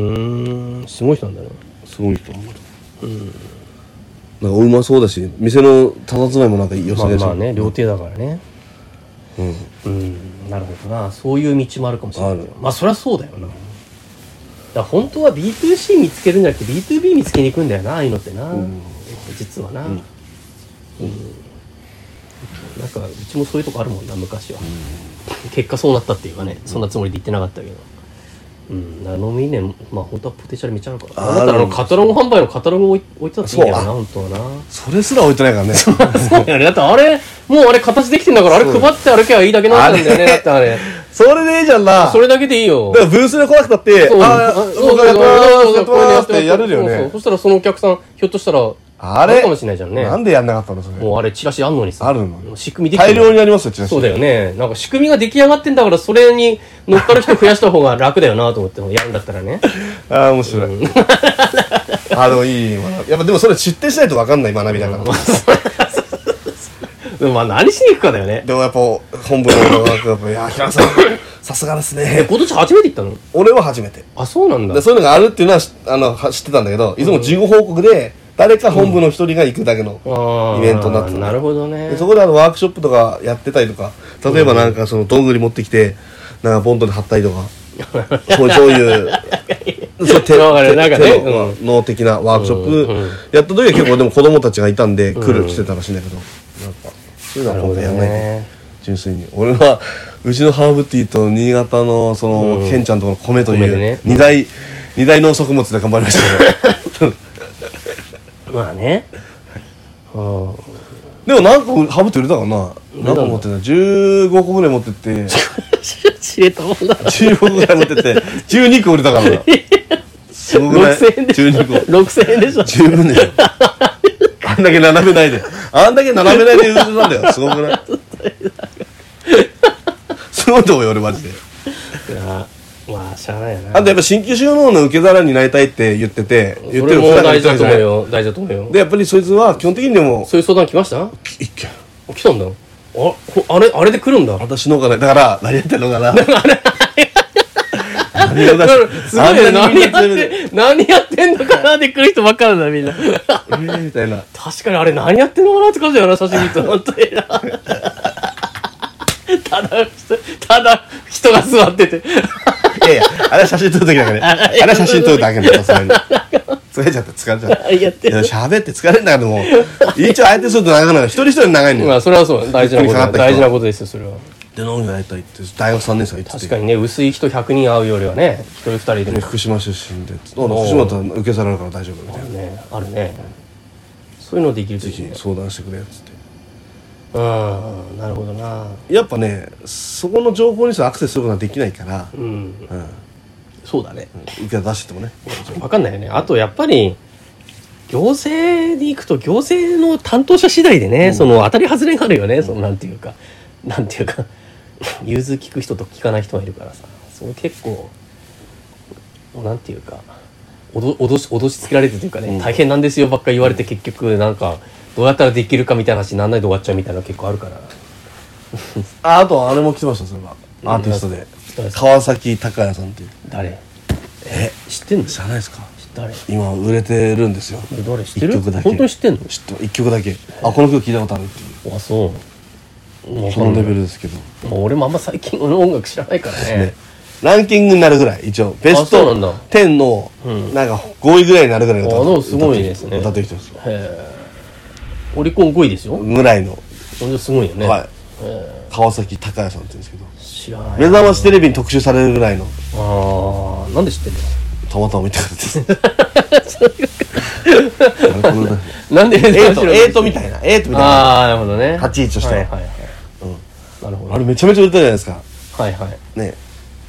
[SPEAKER 2] んすごい人なんだね
[SPEAKER 1] すごい人なんだなんかおうまそうだし店の佇まいもなんか良
[SPEAKER 2] ま
[SPEAKER 1] さ
[SPEAKER 2] あ
[SPEAKER 1] げだし
[SPEAKER 2] まあね料亭だからね
[SPEAKER 1] うん
[SPEAKER 2] うんなるほどなそういう道もあるかもしれな
[SPEAKER 1] あ
[SPEAKER 2] い
[SPEAKER 1] る
[SPEAKER 2] まあそりゃそうだよなだから本当は B2C 見つけるんじゃなくて B2B 見つけに行くんだよなああいうのってな、実はな、うんなんかうちもそういうとこあるもんな昔は、結果そうなったっていうかねそんなつもりで言ってなかったけどうんナノミネまあ本当はポテンシャルめちゃあるから
[SPEAKER 1] あ
[SPEAKER 2] だったらあのカタログ販売のカタログ置い置いてたっていいんだよ
[SPEAKER 1] そ
[SPEAKER 2] な
[SPEAKER 1] う
[SPEAKER 2] 本当はな
[SPEAKER 1] それすら置いてないからね
[SPEAKER 2] そうだよね。だってあれ、もうあれ形できてんだから、あれ配って歩けばいいだけなんだよ
[SPEAKER 1] あれ
[SPEAKER 2] ね。だってあれ。
[SPEAKER 1] それでいいじゃんな
[SPEAKER 2] それだけでいいよ
[SPEAKER 1] だか。らブースで来なくたって
[SPEAKER 2] そう
[SPEAKER 1] ああ
[SPEAKER 2] そう
[SPEAKER 1] 僕がやってますやって
[SPEAKER 2] こういうの
[SPEAKER 1] ますってやれるよ
[SPEAKER 2] そうそう
[SPEAKER 1] ね
[SPEAKER 2] そしたらそのお客さん、ひょっとしたら、
[SPEAKER 1] あれ
[SPEAKER 2] るかもしれないじゃんね。
[SPEAKER 1] なんでやんなかったのそれ
[SPEAKER 2] もうあれ、チラシあんのにさ。
[SPEAKER 1] あるの
[SPEAKER 2] 仕組みできて
[SPEAKER 1] 大
[SPEAKER 2] る
[SPEAKER 1] 量にありますよチラシ
[SPEAKER 2] そうだよね。なんか仕組みが出来上がってんだから、それに乗っかる人増やした方が楽だよなと思って、やるんだったらね。
[SPEAKER 1] ああ面白い、あでもいい学びやっぱでもそれ出店しないと分かんない学びだから、
[SPEAKER 2] でもまあ何しに行くかだよね。
[SPEAKER 1] でもやっぱ本部のワークアップいやー平野さんさすがですね
[SPEAKER 2] 今年初めて行ったの
[SPEAKER 1] 俺は初めて
[SPEAKER 2] あ、そうなんだ
[SPEAKER 1] で。そういうのがあるっていうのはしあのは知ってたんだけどいつも事後報告で誰か本部の一人が行くだけの、
[SPEAKER 2] あー
[SPEAKER 1] イベントになってた
[SPEAKER 2] なるほどね
[SPEAKER 1] で。そこであのワークショップとかやってたりとか例えばなんかそのどんぐり持ってきてなんかボンドで貼ったりとか そうそういうそう手
[SPEAKER 2] わかるなんかね
[SPEAKER 1] 手の
[SPEAKER 2] う
[SPEAKER 1] 脳的なワークショップ、
[SPEAKER 2] うんうん
[SPEAKER 1] やった時は結構でも子供たちがいたんで来る来てたらしいんだけどなんかそういうのは今回やんないと
[SPEAKER 2] なるほどね
[SPEAKER 1] 純粋に俺はうちのハーブティーと新潟のその、ケンちゃんとこの米と
[SPEAKER 2] 米
[SPEAKER 1] い
[SPEAKER 2] で
[SPEAKER 1] う
[SPEAKER 2] ね
[SPEAKER 1] 二大、二大農作物で頑張りま したけど
[SPEAKER 2] まあね。うん。
[SPEAKER 1] でも何個ハーブティー売れたかな何個持ってた15個ぐらい持ってって
[SPEAKER 2] 知れたもんだな。
[SPEAKER 1] 15個ぐらい持ってて12個売れたからなすごくない
[SPEAKER 2] 6000円でしょ
[SPEAKER 1] 12個
[SPEAKER 2] 6000円でしょ
[SPEAKER 1] 十分だよあんだけ並べないであんだけ並べないで売れたんだよすごくないすごいと思うよ俺マジで
[SPEAKER 2] いやまあしゃあないよな
[SPEAKER 1] あとやっぱ新規収納の受け皿になりたいって言ってて言
[SPEAKER 2] そ
[SPEAKER 1] って
[SPEAKER 2] れ
[SPEAKER 1] る
[SPEAKER 2] も
[SPEAKER 1] 二人が
[SPEAKER 2] 大
[SPEAKER 1] 言ってる
[SPEAKER 2] 事だと
[SPEAKER 1] じゃ
[SPEAKER 2] 思
[SPEAKER 1] な
[SPEAKER 2] う
[SPEAKER 1] い
[SPEAKER 2] よ大事だと思うよ
[SPEAKER 1] でやっぱりそいつは基本的にでも
[SPEAKER 2] そういう相談来ました
[SPEAKER 1] 一件
[SPEAKER 2] 来たんだあほあれあれで来るんだ
[SPEAKER 1] 私の方がねだから何やってんのかな何見逃
[SPEAKER 2] だから
[SPEAKER 1] し
[SPEAKER 2] すごいね
[SPEAKER 1] あんなに
[SPEAKER 2] 何
[SPEAKER 1] み
[SPEAKER 2] や
[SPEAKER 1] んな
[SPEAKER 2] っ
[SPEAKER 1] 連れて
[SPEAKER 2] て何やってんのかなで来る人ばっかなんだ みんな
[SPEAKER 1] えーみたいな
[SPEAKER 2] 確かにあれ何やってんのかなって感じだよな写真 見て本当になただ人ただ人が座ってて
[SPEAKER 1] いやいやあれは写真撮るだけだからねあれは写真撮るだけだよさす がに疲れちゃった疲れちゃったい
[SPEAKER 2] やって
[SPEAKER 1] や
[SPEAKER 2] る
[SPEAKER 1] 喋って疲れんだけども一応相手すると長くなる一人一人長いの
[SPEAKER 2] ま
[SPEAKER 1] よ
[SPEAKER 2] あそれはそう大事なこ
[SPEAKER 1] ここに
[SPEAKER 2] とだ
[SPEAKER 1] かかった人は
[SPEAKER 2] 大事なことですよそれは
[SPEAKER 1] で飲みに会いたいって大学3年生が言って
[SPEAKER 2] 確
[SPEAKER 1] て
[SPEAKER 2] かにね薄い人100人会うよりはね一人二人でも
[SPEAKER 1] で福島出身で「どうだ福島だったら受け皿あるから大丈夫」みたいな
[SPEAKER 2] ねあるねそういうのできる
[SPEAKER 1] 「
[SPEAKER 2] と
[SPEAKER 1] ぜ
[SPEAKER 2] いい
[SPEAKER 1] ひ
[SPEAKER 2] ね
[SPEAKER 1] 相談してくれ」っつって
[SPEAKER 2] うんなるほどな
[SPEAKER 1] やっぱねそこの情報にさアクセスすることはできないから、
[SPEAKER 2] うん
[SPEAKER 1] うん、
[SPEAKER 2] そうだね
[SPEAKER 1] 受け出してもね
[SPEAKER 2] 分かんないよねあとやっぱり行政に行くと行政の担当者次第でね、その当たり外れがあるよね、そのなんていうかなんていうか融通聞く人と聞かない人がいるからさその結構なんていうか脅脅し脅しつけられてというかね、大変なんですよばっか言われて結局なんかどうやったらできるかみたいな話にならないで終わっちゃうみたいなの結構あるから
[SPEAKER 1] ああとあれも来てましたそれはアーティストで
[SPEAKER 2] うん
[SPEAKER 1] 川崎隆也さんっていう
[SPEAKER 2] 誰
[SPEAKER 1] え
[SPEAKER 2] 知ってんの
[SPEAKER 1] 知らないですか
[SPEAKER 2] 誰
[SPEAKER 1] 今売れてるんですよ
[SPEAKER 2] 誰知ってる
[SPEAKER 1] 一曲だけ
[SPEAKER 2] 本当に知ってんの
[SPEAKER 1] 知って1曲だけあこの曲聞いたことあるっていう
[SPEAKER 2] あそうわか
[SPEAKER 1] そ
[SPEAKER 2] ん
[SPEAKER 1] の
[SPEAKER 2] な
[SPEAKER 1] レ
[SPEAKER 2] い
[SPEAKER 1] ベルですけど
[SPEAKER 2] もう俺もあんま最近の音楽知らないからね
[SPEAKER 1] ねランキングになるぐらい一応ベス
[SPEAKER 2] そ
[SPEAKER 1] ト
[SPEAKER 2] うなんだ
[SPEAKER 1] 10の
[SPEAKER 2] うん
[SPEAKER 1] なんか5位ぐらいになるぐらいの
[SPEAKER 2] あでもすごいですね
[SPEAKER 1] 歌ってきてます
[SPEAKER 2] へえオリコン5位ですよ
[SPEAKER 1] ぐらいの
[SPEAKER 2] それですごいよね、
[SPEAKER 1] はい
[SPEAKER 2] へ
[SPEAKER 1] 川崎隆也さんって言うんですけど
[SPEAKER 2] え知らない
[SPEAKER 1] 目覚ましテレビに特集されるぐらいの
[SPEAKER 2] ああなんで知ってんの
[SPEAKER 1] たまたま見たからですあ れこの歌
[SPEAKER 2] なんで
[SPEAKER 1] エイトエイト
[SPEAKER 2] み
[SPEAKER 1] みたいなエイトみたいな
[SPEAKER 2] ああなるほどね
[SPEAKER 1] 立ち位置としては
[SPEAKER 2] はいはいはい、なるほど
[SPEAKER 1] あれめちゃめちゃ売れたじゃないですか
[SPEAKER 2] はいはい
[SPEAKER 1] ね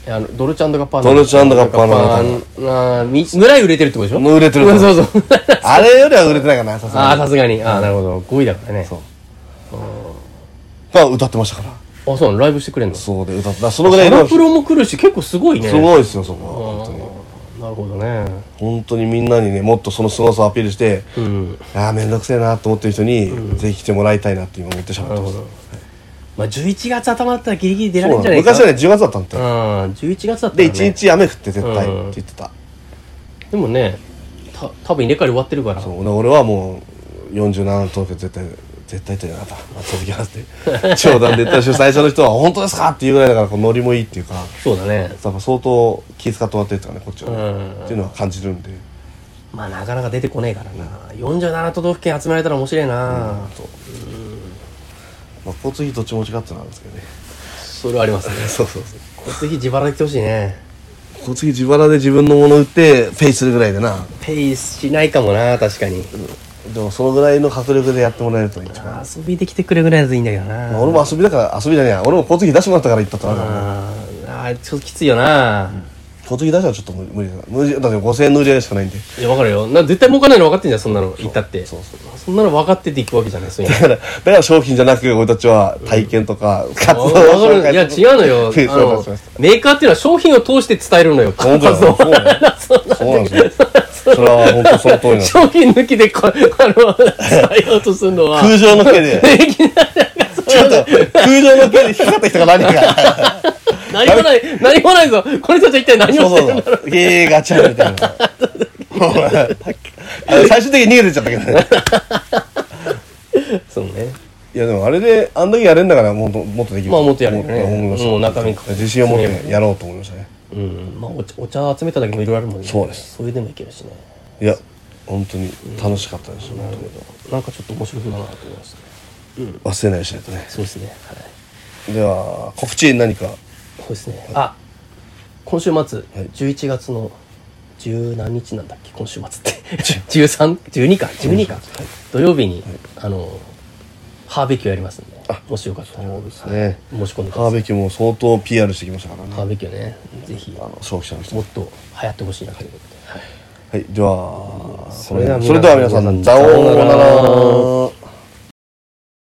[SPEAKER 2] えあのドルチャンドガッパーナ
[SPEAKER 1] ドルチェガッパーナ
[SPEAKER 2] ナあーみぐらい売れてるってことでしょ
[SPEAKER 1] の売れてると
[SPEAKER 2] うん
[SPEAKER 1] 思
[SPEAKER 2] そうそう
[SPEAKER 1] あれよりは売れてないかなさす
[SPEAKER 2] あ
[SPEAKER 1] が
[SPEAKER 2] あ
[SPEAKER 1] に
[SPEAKER 2] さすがにああなるほど5位だからね
[SPEAKER 1] そうが歌ってましたから
[SPEAKER 2] あそうなのライブしてくれんの
[SPEAKER 1] そうで歌ってだからそのぐらい
[SPEAKER 2] ハ
[SPEAKER 1] の
[SPEAKER 2] ロプロも来るし結構すごいね
[SPEAKER 1] すごいですよそこ
[SPEAKER 2] あ
[SPEAKER 1] は本当に
[SPEAKER 2] ーなるほどね
[SPEAKER 1] 本当にみんなにねもっとその凄さをアピールして
[SPEAKER 2] うん
[SPEAKER 1] ああ面倒くせえなと思ってる人に、ぜひ来てもらいたいなって今思ってしま
[SPEAKER 2] な
[SPEAKER 1] ってま
[SPEAKER 2] るほ
[SPEAKER 1] す
[SPEAKER 2] ど。まあ、11月頭だったらギリギリ出ら
[SPEAKER 1] そう
[SPEAKER 2] れる
[SPEAKER 1] なんん
[SPEAKER 2] じ
[SPEAKER 1] だ
[SPEAKER 2] ゃないですか。
[SPEAKER 1] 昔はね10月だったんだよ
[SPEAKER 2] うん、11月だったら、
[SPEAKER 1] で
[SPEAKER 2] ね。
[SPEAKER 1] 一日雨降って絶対っ
[SPEAKER 2] うん
[SPEAKER 1] て言ってた、
[SPEAKER 2] でもね、た多分入れ替わり終わってるから。
[SPEAKER 1] そうで俺はもう47東京絶対絶対というなた松尾行き ますって冗談で言ったら主催者の人は「本当ですか?」っていうぐらいだからこうノリもいいっていうか
[SPEAKER 2] そうだね。
[SPEAKER 1] 多分相当気遣ってもらってるとかねこっちはね、
[SPEAKER 2] うん
[SPEAKER 1] っていうのは感じるんで
[SPEAKER 2] まあ、なかなか出てこねえからな。47都道府県集められたら面白いな、
[SPEAKER 1] そう、まあ、交通費どっちも違ってなんですけどね
[SPEAKER 2] それはありますね。
[SPEAKER 1] そうそうそう
[SPEAKER 2] 交通費自腹で来てほしいね。
[SPEAKER 1] 交通費自腹で自分のもの売ってペイするぐらいでな
[SPEAKER 2] ペイしないかもな、確かに。
[SPEAKER 1] でもそのぐらいの迫力でやってもらえると一番、
[SPEAKER 2] 遊びで来てくれぐらいだといいんだけどな。
[SPEAKER 1] まあ、俺も遊びだから遊びじゃねえや俺も交通費出してもらったから行ったとあるからね
[SPEAKER 2] あーあー、ちょっときついよな。
[SPEAKER 1] 交通費出したらちょっと無無理だな無理だって5000円の売り上げしかないんで
[SPEAKER 2] いや、わかるよ。な絶対儲かんないの分かってんじゃん、そんなの。言ったって。
[SPEAKER 1] そうそう
[SPEAKER 2] そんなの分かってていくわけじゃない、そういうの
[SPEAKER 1] だからだから商品じゃなく俺たちは体験とか活動を
[SPEAKER 2] わ
[SPEAKER 1] 紹
[SPEAKER 2] かるいや
[SPEAKER 1] 介
[SPEAKER 2] 違うのよ
[SPEAKER 1] そう
[SPEAKER 2] あの
[SPEAKER 1] そうそう
[SPEAKER 2] メーカーっていうのは商品を通して伝えるのよ
[SPEAKER 1] そうだよ
[SPEAKER 2] 活 動
[SPEAKER 1] そうだよそうなんですよそれは本当 その通りなんです
[SPEAKER 2] 商品抜きでこあの伝えようとするのは
[SPEAKER 1] 空上の毛でちょっと空上の毛で引っかかってきたか何 か
[SPEAKER 2] 何もない何もないぞこの人たちは一体何
[SPEAKER 1] そ
[SPEAKER 2] を
[SPEAKER 1] う
[SPEAKER 2] してるんだ
[SPEAKER 1] そうそうええガチャみたい なあれ最終的に逃げてっちゃったけどね
[SPEAKER 2] そうね
[SPEAKER 1] いやでもあれであんだけやれんだからもっともっとできる
[SPEAKER 2] まあもっとやれるね
[SPEAKER 1] 思います
[SPEAKER 2] もう中身
[SPEAKER 1] 自信を持ってやろうと思いましたね
[SPEAKER 2] うんまあお茶お茶集めただけでもいろいろあるもんね
[SPEAKER 1] そうです
[SPEAKER 2] それでもいけるしね
[SPEAKER 1] いや本当に楽しかったです、本当に
[SPEAKER 2] なんかちょっと面白そうだなと思いましたね
[SPEAKER 1] 忘れないしないとね
[SPEAKER 2] そうですねはい
[SPEAKER 1] では告知何か
[SPEAKER 2] そうですねあ今週末、
[SPEAKER 1] い
[SPEAKER 2] 11月の十何日なんだっけ今週末って 1312か12か、土曜日に、あのハーベキューやりますんでもしよかったらそうです
[SPEAKER 1] ね
[SPEAKER 2] 申し込んでくだ
[SPEAKER 1] ハー
[SPEAKER 2] さい
[SPEAKER 1] ベキューも相当 PR してきましたからね
[SPEAKER 2] ハーベキューねぜひ
[SPEAKER 1] あの消費者の人
[SPEAKER 2] もっと流行ってほしいなということで、はい
[SPEAKER 1] はいでは
[SPEAKER 2] それでは皆さん
[SPEAKER 1] それでは皆さんさんさような
[SPEAKER 2] さような
[SPEAKER 1] ら
[SPEAKER 2] ら